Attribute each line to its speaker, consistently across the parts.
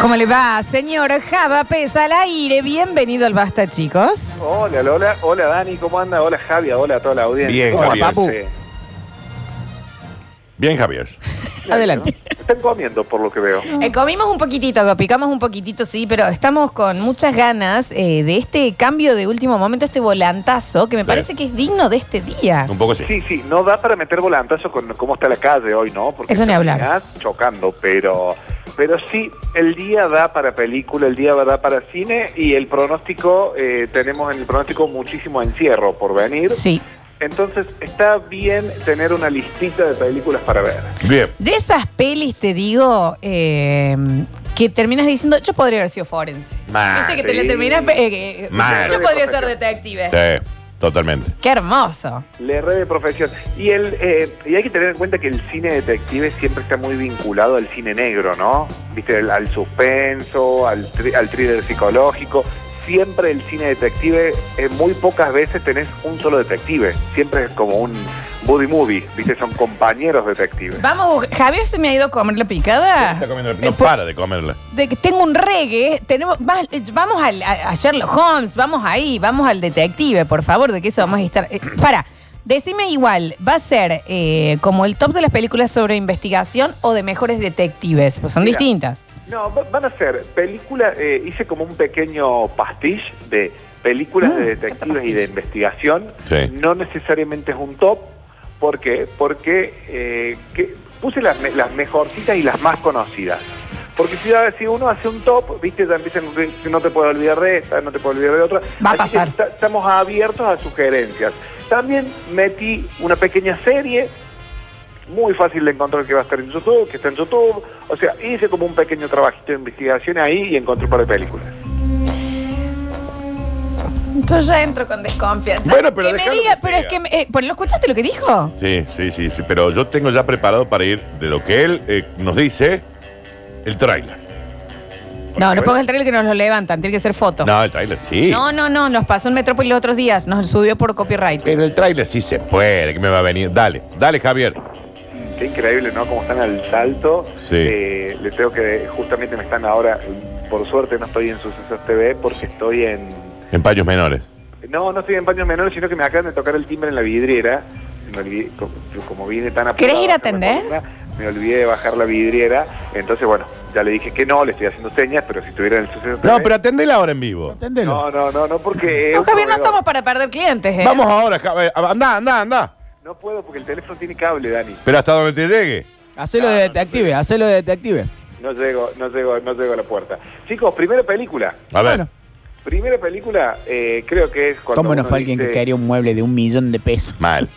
Speaker 1: ¿Cómo le va, señor Java Pez al aire? Bienvenido al Basta, chicos.
Speaker 2: Hola, hola, hola Dani, ¿cómo anda? Hola Javi, hola a toda la audiencia.
Speaker 3: Bien,
Speaker 1: Hola,
Speaker 3: Javier.
Speaker 1: papu.
Speaker 2: Sí.
Speaker 3: Bien, Javier.
Speaker 1: Adelante.
Speaker 2: Están comiendo por lo que veo.
Speaker 1: Eh, comimos un poquitito, picamos un poquitito, sí, pero estamos con muchas ganas eh, de este cambio de último momento, este volantazo, que me
Speaker 3: Sí.
Speaker 1: parece que es digno de este día.
Speaker 3: Un poco sí.
Speaker 2: Sí, sí, no da para meter volantazo con cómo está la calle hoy, ¿no? Porque
Speaker 1: Eso ni
Speaker 2: está
Speaker 1: hablar.
Speaker 2: ya chocando, pero pero sí, el día da para película, el día da para cine y el pronóstico, eh, tenemos en el pronóstico muchísimo encierro por venir.
Speaker 1: Sí.
Speaker 2: Entonces está bien tener una listita de películas para ver.
Speaker 3: Bien.
Speaker 1: De esas pelis, te digo, eh, que terminas diciendo, yo podría haber sido forense.
Speaker 3: Mal,
Speaker 1: Viste que te la
Speaker 2: sí.
Speaker 1: terminas, eh, eh,
Speaker 3: Mal.
Speaker 1: yo podría ser detective.
Speaker 3: Sí, totalmente.
Speaker 1: Qué hermoso.
Speaker 2: La red de profesión. Y, el, eh, y hay que tener en cuenta que el cine detective siempre está muy vinculado al cine negro, ¿no? Viste, al, al suspenso, al, tri- al thriller psicológico. Siempre el cine detective, eh, muy pocas veces tenés un solo detective. Siempre es como un buddy movie, ¿viste? Son compañeros detectives.
Speaker 1: Vamos, Javier se me ha ido a comer la picada.
Speaker 3: Está comiendo-
Speaker 1: Eh,
Speaker 3: No
Speaker 1: por-
Speaker 3: para de comerla.
Speaker 1: de que tengo un reggae, tenemos, va- vamos al, a, a Sherlock Holmes, vamos ahí, vamos al detective, por favor, de que eso vamos a estar. eh, para, decime igual, ¿va a ser eh, como el top de las películas sobre investigación o de mejores detectives? Pues son
Speaker 2: Mira.
Speaker 1: distintas.
Speaker 2: No, va- van a ser películas, eh, hice como un pequeño pastiche de películas de detectives y de investigación.
Speaker 3: Sí.
Speaker 2: No necesariamente es un top. ¿Por qué? Porque eh, que- puse las, me- las mejorcitas y las más conocidas. Porque si, va- si uno hace un top, viste, ya empiezan, que no te puedo olvidar de esta, no te puedo olvidar de otra.
Speaker 1: Va a
Speaker 2: Así que
Speaker 1: pasar.
Speaker 2: esta- estamos abiertos a sugerencias. También metí una pequeña serie muy fácil de encontrar que va a estar en YouTube, que está en YouTube. O sea, hice como un pequeño trabajito de investigación ahí y encontré un par de películas.
Speaker 1: Yo ya entro con desconfianza.
Speaker 3: Bueno, pero
Speaker 1: que me
Speaker 3: dejalo
Speaker 1: diga,
Speaker 3: que
Speaker 1: pero es
Speaker 3: sea.
Speaker 1: que, me- eh, ¿pero ¿lo escuchaste lo que dijo?
Speaker 3: Sí, sí, sí, sí, Pero yo tengo ya preparado para ir de lo que él eh, nos dice, el tráiler.
Speaker 1: No, no pongas el trailer que nos lo levantan, tiene que ser foto.
Speaker 3: No, el tráiler sí.
Speaker 1: No, no, no, nos pasó en Metrópolis los otros días, nos subió por copyright.
Speaker 3: Pero el tráiler sí se puede, que me va a venir. Dale, dale, Javier.
Speaker 2: Qué increíble, ¿no? Cómo están al salto.
Speaker 3: Sí.
Speaker 2: Eh, les tengo que, justamente me están ahora, por suerte no estoy en Sucesos TV porque estoy en...
Speaker 3: En paños menores.
Speaker 2: No, no estoy en paños menores, sino que me acaban de tocar el timbre en la vidriera. Me olvidé- co- como vine tan apurado
Speaker 1: ¿Querés ir a
Speaker 2: hacer la
Speaker 1: atender?
Speaker 2: columna, Me olvidé de bajar la vidriera. Entonces, bueno, ya le dije que no, le estoy haciendo señas, pero si estuviera en el Sucesos TV...
Speaker 3: No, pero atendela ahora en vivo.
Speaker 2: No, no, no, no, porque...
Speaker 1: No, Javier, no
Speaker 2: proveedor.
Speaker 1: estamos para perder clientes, ¿eh?
Speaker 3: Vamos ahora, Javier. Ah, Anda, anda, anda.
Speaker 2: No puedo porque el teléfono tiene cable, Dani.
Speaker 3: Pero hasta donde te llegue.
Speaker 4: Hacelo
Speaker 2: Ah,
Speaker 4: de
Speaker 2: no
Speaker 4: detective, hacelo de detective.
Speaker 2: No llego, no llego, no llego a la puerta. Chicos, primera película.
Speaker 3: A ver.
Speaker 4: Bueno.
Speaker 2: Primera película, eh, creo que es cuando.
Speaker 4: ¿Cómo no
Speaker 2: uno
Speaker 4: fue alguien que
Speaker 2: dice,
Speaker 4: quería un mueble de un millón de pesos?
Speaker 3: Mal.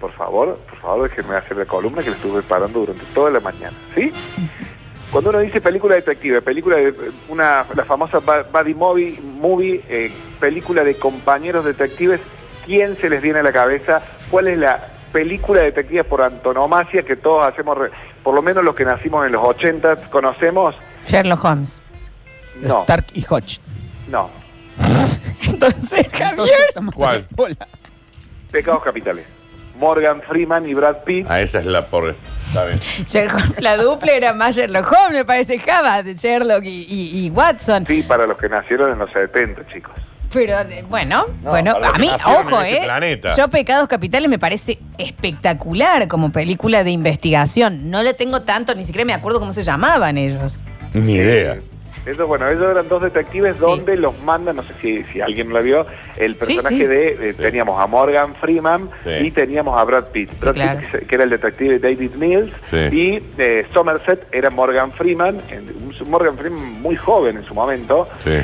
Speaker 2: Por favor, por favor, déjenme hacer la columna que le estuve preparando durante toda la mañana, ¿sí? Cuando uno dice película detective, película de una la famosa ba- buddy movie, movie eh, película de compañeros detectives, ¿quién se les viene a la cabeza? ¿Cuál es la película detective por antonomasia que todos hacemos, re- por lo menos los que nacimos en los 80 conocemos?
Speaker 1: Sherlock Holmes.
Speaker 2: No,
Speaker 4: Stark y Hodge.
Speaker 2: no.
Speaker 1: Entonces, Javier.
Speaker 4: Entonces, estamos
Speaker 3: ¿Cuál?
Speaker 4: en bola.
Speaker 2: Pecados Capitales. Morgan Freeman y Brad Pitt.
Speaker 3: Ah, esa es la pobre. Está bien.
Speaker 1: Sherlock- la dupla era más Sherlock Holmes, me parece Java, de Sherlock y, y- y Watson.
Speaker 2: Sí, para los que nacieron en los 70, chicos.
Speaker 1: Pero eh, bueno,
Speaker 3: No,
Speaker 1: bueno,
Speaker 3: para los
Speaker 1: a
Speaker 3: que
Speaker 1: mí,
Speaker 3: nacieron
Speaker 1: ojo,
Speaker 3: en este
Speaker 1: ¿eh?
Speaker 3: planeta.
Speaker 1: Yo Pecados Capitales me parece espectacular como película de investigación. No le tengo tanto, ni siquiera me acuerdo cómo se llamaban ellos.
Speaker 3: Ni idea.
Speaker 2: Eso, bueno, ellos eran dos detectives
Speaker 1: Sí.
Speaker 2: donde los mandan, no sé si, si alguien la vio, el
Speaker 1: Sí, sí.
Speaker 2: personaje de, eh, teníamos a Morgan Freeman
Speaker 3: Sí.
Speaker 2: y teníamos a Brad Pitt.
Speaker 1: Sí,
Speaker 2: Brad
Speaker 1: claro.
Speaker 2: Pitt, que se- que era el detective David Mills,
Speaker 3: Sí.
Speaker 2: y eh, Somerset era Morgan Freeman, en- un Morgan Freeman muy joven en su momento,
Speaker 3: Sí.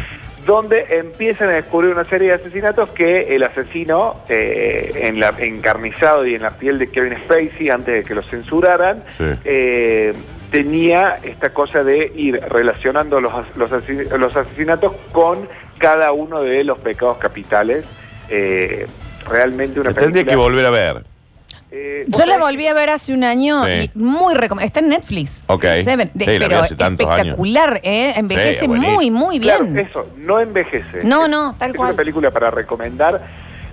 Speaker 2: donde empiezan a descubrir una serie de asesinatos que el asesino, eh, en la, encarnizado y en la piel de Kevin Spacey, antes de que lo censuraran,
Speaker 3: Sí.
Speaker 2: eh, tenía esta cosa de ir relacionando los, as- los asi- los asesinatos con cada uno de los pecados capitales. eh, realmente una
Speaker 3: Me Tendría
Speaker 2: película...
Speaker 3: que volver a ver.
Speaker 2: eh, vos
Speaker 1: Yo la
Speaker 2: sabés
Speaker 1: volví a ver hace un año
Speaker 3: Sí.
Speaker 1: y muy recomendable. Está en Netflix.
Speaker 3: Ok.
Speaker 1: Seven. De-
Speaker 3: Sí, la vi
Speaker 1: pero
Speaker 3: hace tantos años.
Speaker 1: espectacular, ¿eh? Envejece
Speaker 3: Sí, buenísimo.
Speaker 1: muy, muy
Speaker 2: Claro,
Speaker 1: bien.
Speaker 2: eso, no envejece.
Speaker 1: No,
Speaker 2: Es-
Speaker 1: no, tal
Speaker 2: es
Speaker 1: cual.
Speaker 2: una película para recomendar.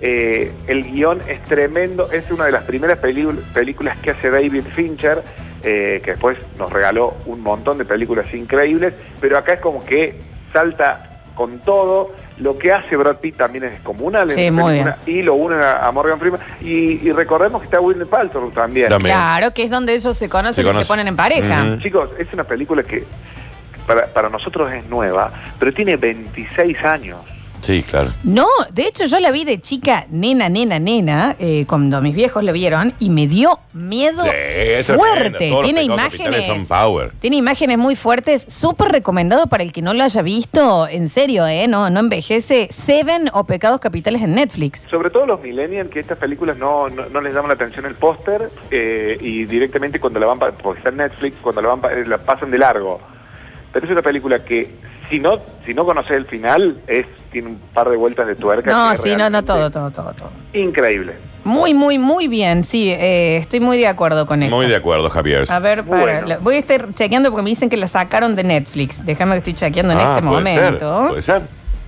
Speaker 2: Eh, el guión es tremendo. Es una de las primeras peliul- películas que hace David Fincher, eh, que después nos regaló un montón de películas increíbles. Pero acá es como que salta con todo. Lo que hace Brad Pitt también es descomunal. en
Speaker 1: Sí,
Speaker 2: esa
Speaker 1: muy
Speaker 2: película, Y lo unen a, a Morgan Freeman. Y, y recordemos que está Will Paltrow también.
Speaker 3: También.
Speaker 1: Claro, que es donde ellos se conocen
Speaker 3: Se
Speaker 1: y
Speaker 3: conoce.
Speaker 1: se ponen en pareja.
Speaker 3: Ujú.
Speaker 2: Chicos, es una película que para, para nosotros es nueva, pero tiene 26 años.
Speaker 3: Sí, claro.
Speaker 1: No, de hecho yo la vi de chica, nena, nena, nena, eh, cuando mis viejos la vieron y me dio miedo
Speaker 3: Sí, es tremenda.
Speaker 1: fuerte.
Speaker 3: Todos los
Speaker 1: Tiene
Speaker 3: pecados capitales
Speaker 1: imágenes.
Speaker 3: Son power.
Speaker 1: Tiene imágenes muy fuertes, súper recomendado para el que no lo haya visto, en serio, ¿eh? No, no envejece. Seven o Pecados Capitales en Netflix.
Speaker 2: Sobre todo los millennials que estas películas no, no, no les llaman la atención el póster eh, y directamente cuando la van, pa- porque está en Netflix, cuando la, van, pa- eh, la pasan de largo. Pero es una película que si no, si no conoces el final, es, tiene un par de vueltas de tuerca.
Speaker 1: No,
Speaker 2: que
Speaker 1: sí, no, no,
Speaker 2: realmente
Speaker 1: todo, todo, todo, todo.
Speaker 2: Increíble.
Speaker 1: Muy, muy, muy bien, sí, eh, estoy muy de acuerdo con esto.
Speaker 3: Muy de acuerdo, Javier.
Speaker 1: A ver, para,
Speaker 2: Bueno.
Speaker 1: la- voy a estar chequeando porque me dicen que la sacaron de Netflix. Déjame que estoy chequeando en
Speaker 3: Ah,
Speaker 1: este
Speaker 3: puede ser,
Speaker 1: momento.
Speaker 3: Puede ser.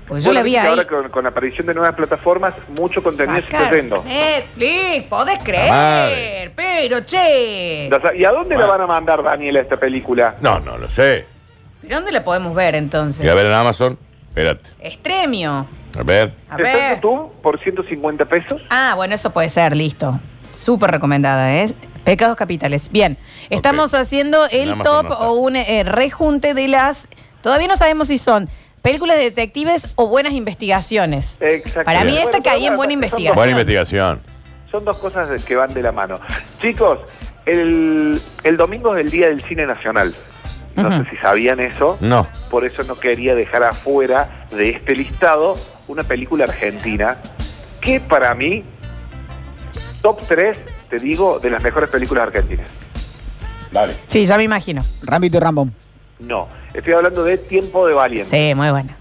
Speaker 1: Pues yo
Speaker 2: Bueno,
Speaker 1: la vi
Speaker 2: viste que
Speaker 1: ahí.
Speaker 2: Ahora con, con la aparición de nuevas plataformas, mucho contenido se está
Speaker 1: Sacar Eh.
Speaker 2: yendo.
Speaker 1: Netflix, podés
Speaker 3: madre.
Speaker 1: creer, pero che.
Speaker 2: O sea, ¿Y a dónde la
Speaker 3: Bueno.
Speaker 2: van a mandar, Daniela, esta película?
Speaker 3: No, no lo sé.
Speaker 1: ¿Pero dónde la podemos ver entonces?
Speaker 3: Voy a ver en Amazon. Espérate.
Speaker 1: Extremio.
Speaker 3: A ver.
Speaker 1: A
Speaker 2: ¿Está en
Speaker 1: ver.
Speaker 2: YouTube por 150 pesos?
Speaker 1: Ah, bueno, eso puede ser, listo. Súper recomendada, ¿eh? Pecados capitales. Bien, estamos haciendo
Speaker 3: En
Speaker 1: el
Speaker 3: Amazon
Speaker 1: top
Speaker 3: no está.
Speaker 1: o un eh, rejunte de las... Todavía no sabemos si son películas de detectives o buenas investigaciones.
Speaker 2: Exacto.
Speaker 1: Para mí
Speaker 2: Bueno,
Speaker 1: esta
Speaker 2: pero
Speaker 1: caía en
Speaker 2: bueno,
Speaker 1: buena
Speaker 2: son dos
Speaker 1: investigación.
Speaker 3: Buena investigación.
Speaker 2: Son dos cosas que van de la mano. Chicos, el, el domingo es el Día del Cine Nacional. No
Speaker 1: Ujú.
Speaker 2: sé si sabían eso.
Speaker 3: No.
Speaker 2: Por eso no quería dejar afuera de este listado una película argentina que para mí, top 3, te digo, de las mejores películas argentinas.
Speaker 3: Dale.
Speaker 1: Sí, ya me imagino.
Speaker 4: Rambito y Rambón.
Speaker 2: No, estoy hablando de Tiempo de Valiente.
Speaker 1: Sí, muy buena.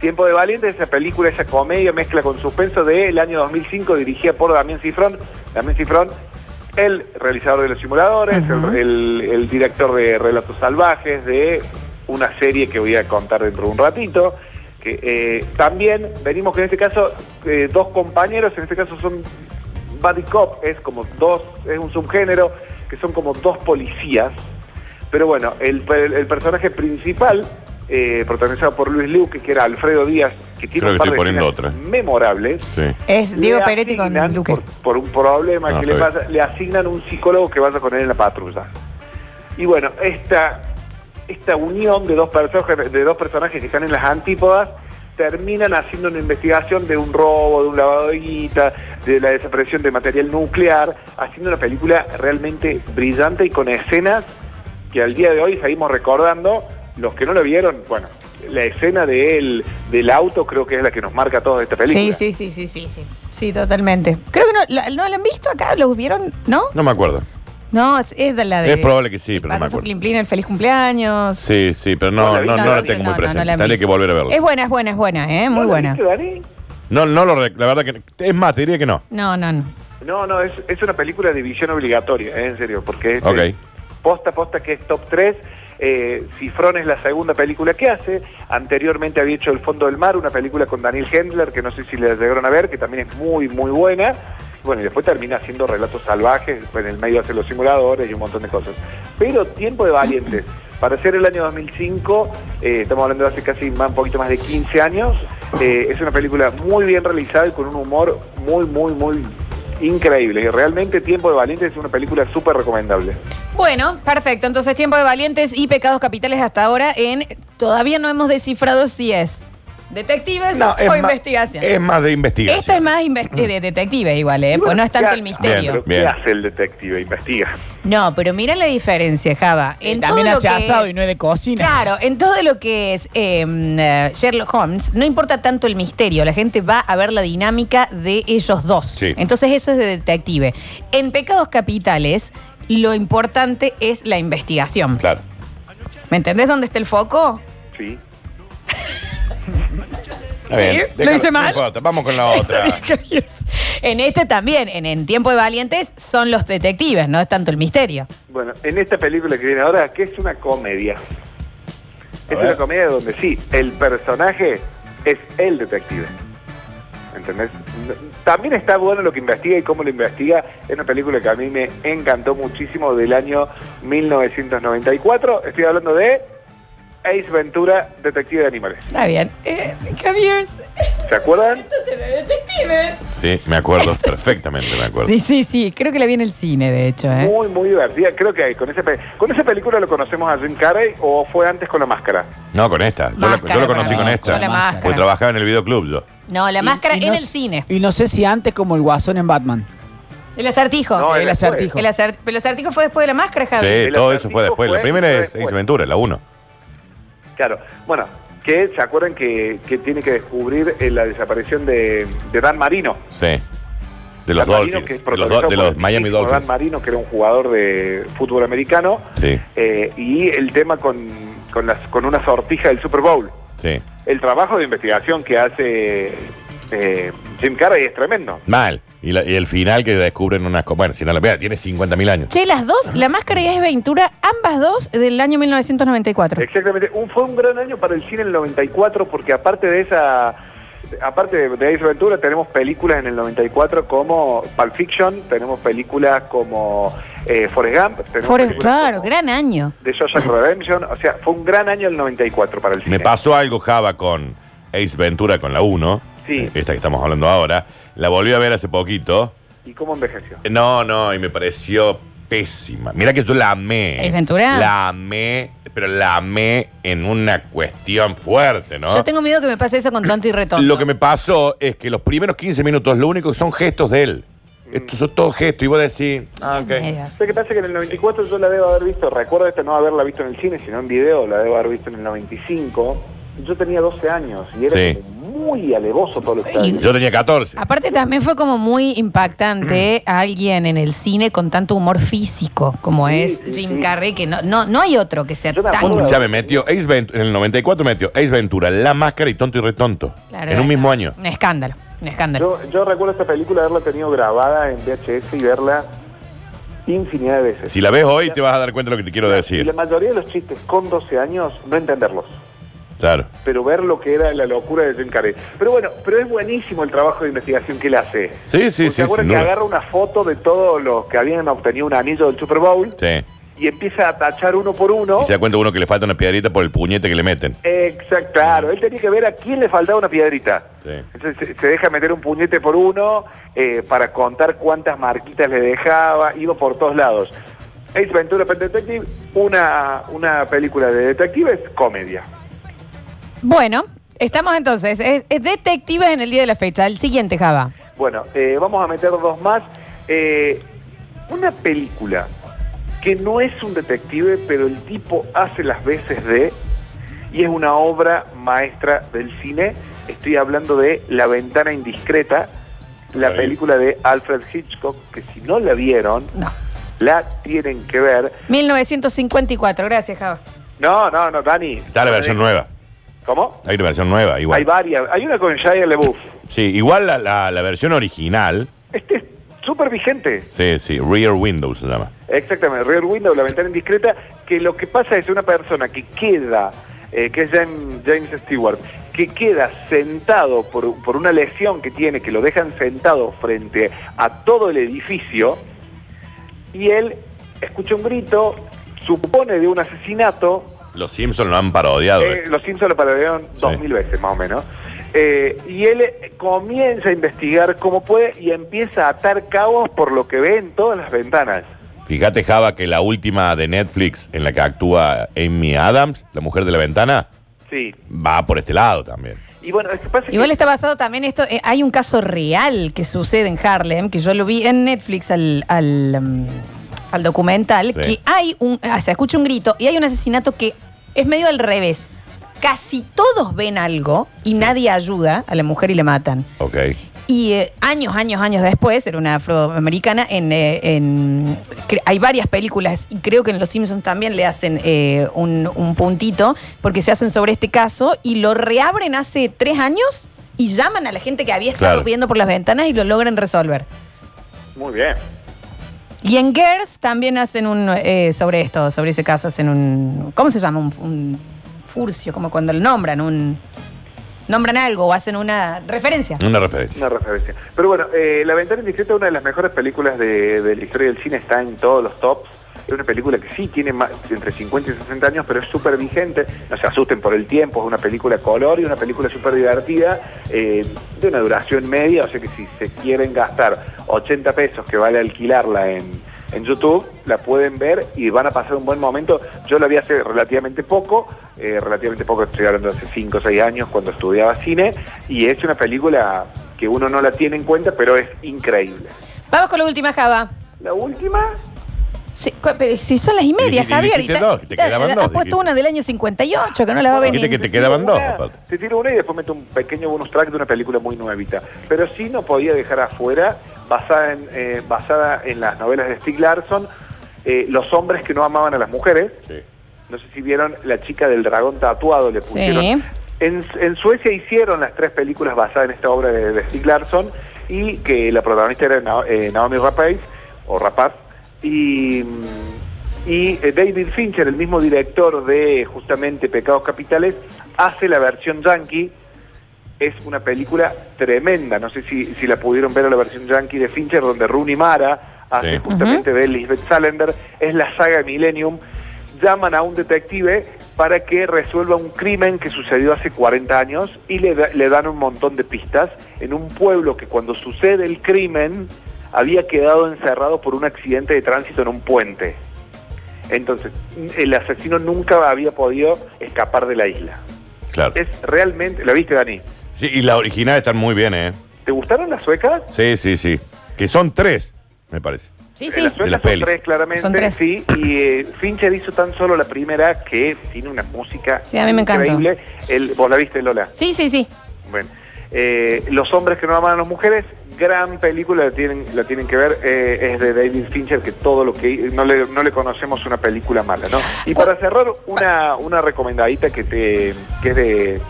Speaker 2: Tiempo de Valiente, esa película, esa comedia mezcla con suspenso del año 2005 dirigida por Damián Cifrón. Damián Cifrón, el realizador de Los Simuladores, el, el- el director de Relatos Salvajes, de una serie que voy a contar dentro de un ratito. Que, eh, también venimos que en este caso eh, dos compañeros, en este caso son Buddy Cop, es como dos, es un subgénero, que son como dos policías pero bueno, el, pe- el personaje principal, eh, protagonizado por Luis Luque, que era Alfredo Díaz, que tiene
Speaker 3: Creo
Speaker 2: un
Speaker 3: que
Speaker 2: par
Speaker 3: estoy
Speaker 2: de
Speaker 3: poniendo
Speaker 2: escenas
Speaker 3: otra.
Speaker 2: memorables.
Speaker 3: Sí.
Speaker 1: Es Diego
Speaker 2: Le
Speaker 1: Peretti con
Speaker 2: asignan,
Speaker 1: Luque.
Speaker 2: Por, por un problema
Speaker 3: No,
Speaker 2: que
Speaker 3: está
Speaker 2: le
Speaker 3: bien.
Speaker 2: pasa, le asignan un psicólogo que vaya con él en la patrulla. Y bueno, esta, esta unión de dos, personajes, de dos personajes que están en las antípodas terminan haciendo una investigación de un robo, de un lavado de guita, de la desaparición de material nuclear, haciendo una película realmente brillante y con escenas que al día de hoy seguimos recordando. Los que no lo vieron, bueno, la escena de él, del auto creo que es la que nos marca a todos esta película.
Speaker 1: Sí, sí, sí, sí, sí, sí. Sí, totalmente. Creo que no, la- no la han visto acá, los vieron, ¿no?
Speaker 3: No me acuerdo.
Speaker 1: No, es, es de la de.
Speaker 3: Es probable que sí, pero no
Speaker 1: Pasa
Speaker 3: me
Speaker 1: su
Speaker 3: acuerdo.
Speaker 1: plin plin, el feliz cumpleaños.
Speaker 3: Sí, sí, pero
Speaker 2: No
Speaker 3: no,
Speaker 2: la
Speaker 3: no,
Speaker 2: vi,
Speaker 3: no
Speaker 2: no la
Speaker 3: la
Speaker 2: vi.
Speaker 3: tengo muy
Speaker 1: No, no, no
Speaker 3: presente.
Speaker 1: la vi.
Speaker 3: Tendré que volver a
Speaker 1: Es
Speaker 3: verla.
Speaker 1: buena, es buena, es buena, ¿eh?
Speaker 2: ¿No
Speaker 1: Muy
Speaker 2: lo
Speaker 1: buena.
Speaker 2: viste, Dani?
Speaker 3: No, no lo rec- la verdad que es más, te diría que no.
Speaker 1: No, no, no.
Speaker 2: No, no, es, es una película de visión obligatoria, eh, en serio, porque es
Speaker 3: Ok.
Speaker 2: posta posta que es top 3. Eh, Cifrón es la segunda película que hace. Anteriormente había hecho El Fondo del Mar, una película con Daniel Hendler, que no sé si la llegaron a ver, que también es muy, muy buena. Bueno, y después termina haciendo relatos salvajes, en el medio hace los simuladores y un montón de cosas. Pero Tiempo de Valientes, para ser el año 2005, eh, estamos hablando de hace casi más, un poquito más de 15 años, eh, es una película muy bien realizada y con un humor muy, muy, muy increíble. Y realmente Tiempo de Valientes es una película súper recomendable.
Speaker 1: Bueno, perfecto. Entonces, tiempo de valientes y pecados capitales hasta ahora en. Todavía no hemos descifrado si es detectives o
Speaker 3: más-
Speaker 1: investigación.
Speaker 3: Es más de investigación.
Speaker 1: Esta es más inve- eh, de detective igual, ¿eh? Pues no es tanto el misterio.
Speaker 3: Bien,
Speaker 2: Pero,
Speaker 3: bien.
Speaker 2: ¿Qué hace el detective? Investiga.
Speaker 1: No, pero mira la diferencia, Java. En
Speaker 4: Eh,
Speaker 1: todo
Speaker 4: También
Speaker 1: lo
Speaker 4: hace
Speaker 1: que
Speaker 4: asado
Speaker 1: es-
Speaker 4: y no es de cocina.
Speaker 1: Claro, en todo lo que es eh, eh, Sherlock Holmes, no importa tanto el misterio, la gente va a ver la dinámica de ellos dos.
Speaker 3: Sí.
Speaker 1: Entonces eso es de detective. En Pecados Capitales, lo importante es la investigación.
Speaker 3: Claro.
Speaker 1: ¿Me entendés dónde está el foco?
Speaker 2: Sí.
Speaker 3: Está bien,
Speaker 1: Sí,
Speaker 3: déjalo,
Speaker 1: Lo hice
Speaker 3: no
Speaker 1: mal.
Speaker 3: importa, vamos con la otra.
Speaker 1: en este también, en, en Tiempo de Valientes, son los detectives, no es tanto el misterio.
Speaker 2: Bueno, en esta película que viene ahora, que es una comedia.
Speaker 3: A
Speaker 2: Es
Speaker 3: ver.
Speaker 2: una comedia donde sí, el personaje es el detective. ¿Entendés? No- También está bueno lo que investiga y cómo lo investiga. Es una película que a mí me encantó muchísimo del año 1994. Estoy hablando de Ace Ventura, Detective de Animales.
Speaker 1: Está bien. Eh, Javier,
Speaker 2: ¿Se acuerdan?
Speaker 1: entonces los detectives.
Speaker 3: Sí, me acuerdo, perfectamente me acuerdo.
Speaker 1: Sí, sí, sí, creo que la vi en el cine, de hecho. ¿eh?
Speaker 2: Muy, muy divertida. Creo que con esa, pe- con esa película lo conocemos a Jim Carrey o fue antes con la máscara.
Speaker 3: No, con esta. Yo lo,
Speaker 1: Máscara,
Speaker 3: yo lo conocí
Speaker 1: para
Speaker 3: con
Speaker 1: mí.
Speaker 3: esta.
Speaker 1: Con la máscara.
Speaker 3: Porque trabajaba en el videoclub yo.
Speaker 1: No, la
Speaker 4: Y-
Speaker 1: máscara
Speaker 4: y
Speaker 1: en
Speaker 4: no
Speaker 1: el
Speaker 4: s-
Speaker 1: cine.
Speaker 4: Y no sé si antes como el guasón en Batman.
Speaker 1: El acertijo.
Speaker 2: No,
Speaker 4: el
Speaker 2: él fue.
Speaker 4: acertijo.
Speaker 1: El, acer- pero el acertijo fue después de la máscara, Javier.
Speaker 3: Sí,
Speaker 2: El
Speaker 3: todo eso
Speaker 2: acertijo
Speaker 3: fue después. La
Speaker 2: fue
Speaker 3: primera es
Speaker 2: después.
Speaker 3: Ace Ventura, la 1.
Speaker 2: Claro, bueno, que se acuerdan que, que tiene que descubrir eh, la desaparición de, de Dan Marino.
Speaker 3: Sí. De los
Speaker 2: Dan Marino,
Speaker 3: Dolphins.
Speaker 2: que
Speaker 3: De los,
Speaker 2: es protagonizado
Speaker 3: do- de
Speaker 2: por
Speaker 3: los
Speaker 2: el
Speaker 3: Miami
Speaker 2: mismísimo
Speaker 3: Dolphins.
Speaker 2: Dan Marino, que era un jugador de fútbol americano,
Speaker 3: Sí,
Speaker 2: eh, y el tema con, con, las, con una sortija del Super Bowl.
Speaker 3: sí.
Speaker 2: El trabajo de investigación que hace eh, Jim Carrey es tremendo.
Speaker 3: Mal. Y, la- y el final que descubren unas... co- Bueno, si no la vea, tiene 50.000 años.
Speaker 1: Che, las dos, la máscara y es Ventura, ambas dos del año 1994.
Speaker 2: Exactamente, un, fue un gran año para el cine en el 94 porque aparte de esa, aparte de, de Ace Ventura tenemos películas en el 94 como Pulp Fiction, tenemos películas como eh, Forrest Gump, tenemos
Speaker 1: Forrest-
Speaker 2: películas
Speaker 1: claro,
Speaker 2: como
Speaker 1: gran año.
Speaker 2: de Shawshank Redemption, o sea, fue un gran año el 94 para el cine.
Speaker 3: Me pasó algo, Java, con Ace Ventura, con la 1.
Speaker 2: Sí.
Speaker 3: eh, Esta que estamos hablando ahora. La volví a ver hace poquito.
Speaker 2: ¿Y cómo envejeció?
Speaker 3: No, no, y me pareció pésima. Mira que yo la amé.
Speaker 1: Ace Ventura.
Speaker 3: La amé, pero la amé en una cuestión fuerte, ¿no?
Speaker 1: Yo tengo miedo que me pase eso con tonto y retonto.
Speaker 3: Ah. Lo que me pasó es que los primeros 15 minutos lo único que son gestos de él. Estos son todos gestos. Y vos decís, Mm. ah, ok.
Speaker 1: Ay, Dios.
Speaker 2: Sé que pasa que en el 94 yo la debo haber visto, recuerdo esta no haberla visto en el cine, sino en video, la debo haber visto en el 95. Yo tenía 12 años y era
Speaker 3: Sí.
Speaker 2: como muy alevoso todo lo que estaba
Speaker 1: Y-
Speaker 3: Yo tenía 14.
Speaker 1: Aparte también fue como muy impactante a alguien en el cine con tanto humor físico como
Speaker 2: Sí,
Speaker 1: es
Speaker 2: sí,
Speaker 1: Jim
Speaker 2: sí.
Speaker 1: Carrey, que no, no, no hay otro que sea
Speaker 2: Yo me
Speaker 1: tan...
Speaker 2: acuerdo.
Speaker 3: Ya me metió Ace Ventura, en el 94 metió Ace Ventura, La Máscara y Tonto y Retonto.
Speaker 1: Claro,
Speaker 3: en un
Speaker 1: eh,
Speaker 3: mismo año.
Speaker 1: Un escándalo, un escándalo.
Speaker 2: Yo, yo recuerdo esta película haberla tenido grabada en VHS y verla infinidad de veces.
Speaker 3: Si la ves hoy te vas a dar cuenta de lo que te quiero
Speaker 2: Y la
Speaker 3: decir.
Speaker 2: mayoría de los chistes con 12 años, no entenderlos,
Speaker 3: Claro.
Speaker 2: pero ver lo que era la locura de Jim Carrey. Pero bueno, pero es buenísimo el trabajo de investigación que él hace.
Speaker 3: Sí, sí, sí.
Speaker 2: Porque ¿Se acuerdan
Speaker 3: sin
Speaker 2: que
Speaker 3: duda.
Speaker 2: agarra una foto de todos los que habían obtenido un anillo del Super Bowl
Speaker 3: Sí.
Speaker 2: y empieza a tachar uno por uno?
Speaker 3: Y se da cuenta uno que le falta una piedrita por el puñete que le meten.
Speaker 2: Exacto, claro. Él tenía que ver a quién le faltaba una piedrita.
Speaker 3: Sí.
Speaker 2: Entonces se, se deja meter un puñete por uno eh, para contar cuántas marquitas le dejaba. Iba por todos lados. Ace Ventura Pet Detective, una, una película de detectives, comedia.
Speaker 1: Bueno, estamos entonces, es, es detectives en el día de la fecha. El siguiente, Java.
Speaker 2: Bueno, eh, vamos a meter dos más. Eh, una película que no es un detective, pero el tipo hace las veces de, y es una obra maestra del cine. Estoy hablando de La ventana indiscreta, la
Speaker 3: Ahí.
Speaker 2: película de Alfred Hitchcock, que si no la vieron,
Speaker 1: No.
Speaker 2: la tienen que ver.
Speaker 1: 1954, gracias, Java.
Speaker 2: No, no, no, Dani. Eh,
Speaker 3: Está la versión nueva.
Speaker 2: ¿Cómo?
Speaker 3: Hay una versión nueva, igual.
Speaker 2: Hay varias. Hay una con Shia LeBouf.
Speaker 3: Sí, igual la, la- la versión original.
Speaker 2: Este es súper vigente.
Speaker 3: Sí, sí, Rear Window se llama.
Speaker 2: Exactamente, Rear Window, la ventana indiscreta, que lo que pasa es una persona que queda, eh, que es Jam- James Stewart, que queda sentado por, por una lesión que tiene, que lo dejan sentado frente a todo el edificio, y él escucha un grito, supone de un asesinato,
Speaker 3: Los Simpsons lo han parodiado.
Speaker 2: eh,
Speaker 3: eh.
Speaker 2: los Simpsons lo parodiaron
Speaker 3: Sí.
Speaker 2: dos mil veces más o menos. Eh, y él eh, comienza a investigar como puede y empieza a atar cabos por lo que ve en todas las ventanas.
Speaker 3: Fíjate, Java, que la última de Netflix en la que actúa Amy Adams, la mujer de la ventana,
Speaker 2: Sí,
Speaker 3: va por este lado también.
Speaker 2: Y bueno, es que pasa que-
Speaker 1: Igual está basado también esto, eh, hay un caso real que sucede en Harlem, que yo lo vi en Netflix al, al, mm, al documental,
Speaker 3: Sí.
Speaker 1: que hay un, ah, se escucha un grito y hay un asesinato que es medio al revés. Casi todos ven algo y nadie ayuda a la mujer y la matan.
Speaker 3: Ok.
Speaker 1: Y eh, años, años, años después, era una afroamericana, en, eh, en- cre- hay varias películas y creo que en Los Simpsons también le hacen eh, un, un puntito porque se hacen sobre este caso y lo reabren hace tres años y llaman a la gente que había estado
Speaker 3: Claro.
Speaker 1: viendo por las ventanas y lo logran resolver.
Speaker 2: Muy bien.
Speaker 1: Y en Girls también hacen un, eh, sobre esto, sobre ese caso, hacen un, ¿cómo se llama? Un, un furcio, como cuando lo nombran, un, nombran algo o hacen una referencia.
Speaker 3: Una referencia.
Speaker 2: Una referencia. Pero bueno, eh, La Ventana Indiscreta es una de las mejores películas de, de la historia del cine, está en todos los tops. Es una película que sí tiene más, entre 50 y 60 años, pero es súper vigente. No se asusten por el tiempo, es una película color y una película súper divertida, eh, de una duración media, o sea que si se quieren gastar 80 pesos que vale alquilarla en, en YouTube, la pueden ver y van a pasar un buen momento. Yo la vi hace relativamente poco, eh, relativamente poco, estoy hablando de hace 5 o 6 años cuando estudiaba cine, y es una película que uno no la tiene en cuenta, pero es increíble.
Speaker 1: Vamos con la última, Java.
Speaker 2: La última,
Speaker 1: Sí, cu- pero si son las y media,
Speaker 3: Dijiste-
Speaker 1: Javier.
Speaker 3: dijiste
Speaker 1: y ta-
Speaker 3: dos, que te
Speaker 1: y ta-
Speaker 3: quedaban dos,
Speaker 1: Has puesto
Speaker 3: dijiste.
Speaker 1: una del año 58, que no la va a
Speaker 3: Dijiste
Speaker 1: venir.
Speaker 3: que te quedaban dos,
Speaker 2: una-
Speaker 3: aparte.
Speaker 2: Te tiro una y después meto un pequeño bonus track de una película muy nuevita. Pero sí no podía dejar afuera, basada en, eh, basada en las novelas de Stig Larsson, eh, Los hombres que no amaban a las mujeres.
Speaker 3: Sí.
Speaker 2: No sé si vieron La chica del dragón tatuado, le
Speaker 1: Sí.
Speaker 2: pusieron. En, en Suecia hicieron las tres películas basadas en esta obra de, de Stieg Larsson y que la protagonista era Na- eh, Naomi Rapace, o Rapaz, y, mm, y eh, David Fincher, el mismo director de justamente Pecados Capitales, hace la versión yankee. Es una película tremenda, no sé si, si la pudieron ver a la versión yankee de Fincher, donde Rooney Mara hace
Speaker 3: Sí.
Speaker 2: justamente de Lisbeth Salander, es la saga de Millennium, llaman a un detective para que resuelva un crimen que sucedió hace 40 años y le, da- le dan un montón de pistas en un pueblo que cuando sucede el crimen había quedado encerrado por un accidente de tránsito en un puente. Entonces, el asesino nunca había podido escapar de la isla.
Speaker 3: Claro.
Speaker 2: Es realmente, ¿la viste Dani?
Speaker 3: Sí, y las originales están muy bien, ¿eh?
Speaker 2: ¿Te gustaron las suecas?
Speaker 3: Sí, sí, sí. Que son tres, me parece.
Speaker 1: Sí,
Speaker 2: Eh,
Speaker 1: sí.
Speaker 3: De las
Speaker 2: Las sueltas son
Speaker 3: pelis.
Speaker 2: tres, claramente.
Speaker 1: Son tres.
Speaker 2: Sí, y eh, Fincher hizo tan solo la primera, que tiene una música
Speaker 1: Sí, a mí me encantó.
Speaker 2: increíble. El, ¿Vos la viste, Lola?
Speaker 1: Sí, sí, sí.
Speaker 2: Bueno. Eh, los hombres que no aman a las mujeres, gran película, la tienen, la tienen que ver. eh, es de David Fincher, que todo lo que... No le, no le conocemos una película mala, ¿no? Y
Speaker 1: Cu-
Speaker 2: para cerrar, una, una recomendadita que, te, que es de,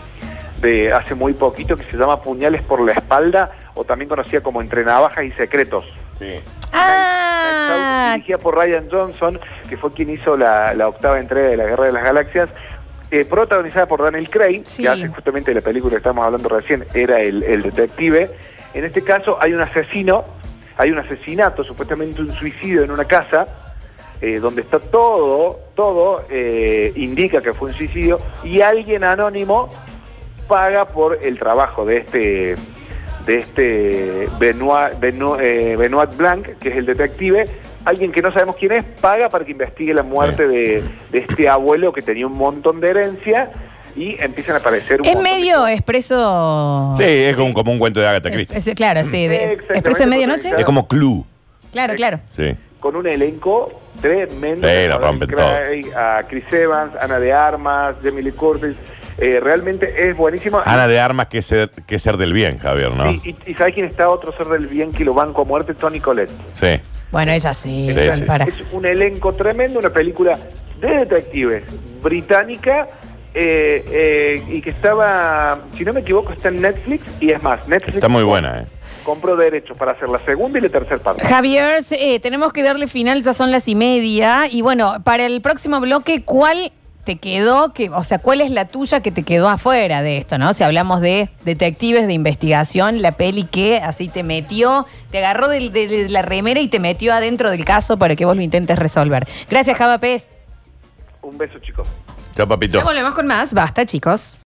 Speaker 2: de hace muy poquito, que se llama Puñales por la Espalda, o también conocida como Entre Navajas y Secretos.
Speaker 3: Sí.
Speaker 2: Night Out,
Speaker 1: Ah,
Speaker 2: dirigida por Ryan Johnson, que fue quien hizo la, la octava entrega de la Guerra de las Galaxias, eh, protagonizada por Daniel Craig,
Speaker 1: Sí.
Speaker 2: que hace justamente la película que estamos hablando recién, era el, el detective. En este caso hay un asesino, hay un asesinato, supuestamente un suicidio en una casa, eh, donde está todo, todo eh, indica que fue un suicidio, y alguien anónimo paga por el trabajo de este de este Benoit, Beno- eh, Benoit Blanc, que es el detective, alguien que no sabemos quién es, paga para que investigue la muerte de, de este abuelo que tenía un montón de herencia y empiezan a aparecer un
Speaker 1: es
Speaker 2: montón de
Speaker 1: medio expreso.
Speaker 3: Sí, es como, como un cuento de Agatha Christie.
Speaker 1: Es- es- claro, sí. de-
Speaker 2: Exactamente,
Speaker 1: ¿Expreso de medianoche?
Speaker 2: porque-
Speaker 3: Es como Clue.
Speaker 1: Claro, claro.
Speaker 3: Sí.
Speaker 2: con un elenco tremendo.
Speaker 3: Sí, la rompen
Speaker 2: Craig, A Chris Evans, Ana de Armas, Jamie Lee Curtis. Eh, realmente es buenísimo.
Speaker 3: Ana de Armas, que es ser, que es ser del bien, Javier, ¿no?
Speaker 2: Y, y- y ¿sabes quién está otro ser del bien que lo banco a muerte? Tony Collette.
Speaker 3: Sí.
Speaker 1: Bueno, ella sí.
Speaker 3: Sí,
Speaker 1: bueno,
Speaker 3: sí, sí.
Speaker 1: para.
Speaker 2: Es un elenco tremendo, una película de detectives británica eh, eh, y que estaba, si no me equivoco, está en Netflix y es más, Netflix
Speaker 3: Está muy buena, ¿eh?
Speaker 2: compró derechos para hacer la segunda y la tercera parte.
Speaker 1: Javier, eh, tenemos que darle final, ya son las y media. Y bueno, para el próximo bloque, ¿cuál te quedó? Que, o sea, ¿cuál es la tuya que te quedó afuera de esto, no? Si hablamos de detectives de investigación, la peli que así te metió, te agarró del- de, de la remera y te metió adentro del caso para que vos lo intentes resolver. Gracias, Java Pérez.
Speaker 2: Un beso, chicos.
Speaker 3: Chao, papito.
Speaker 1: Ya volvemos con más. Basta, chicos.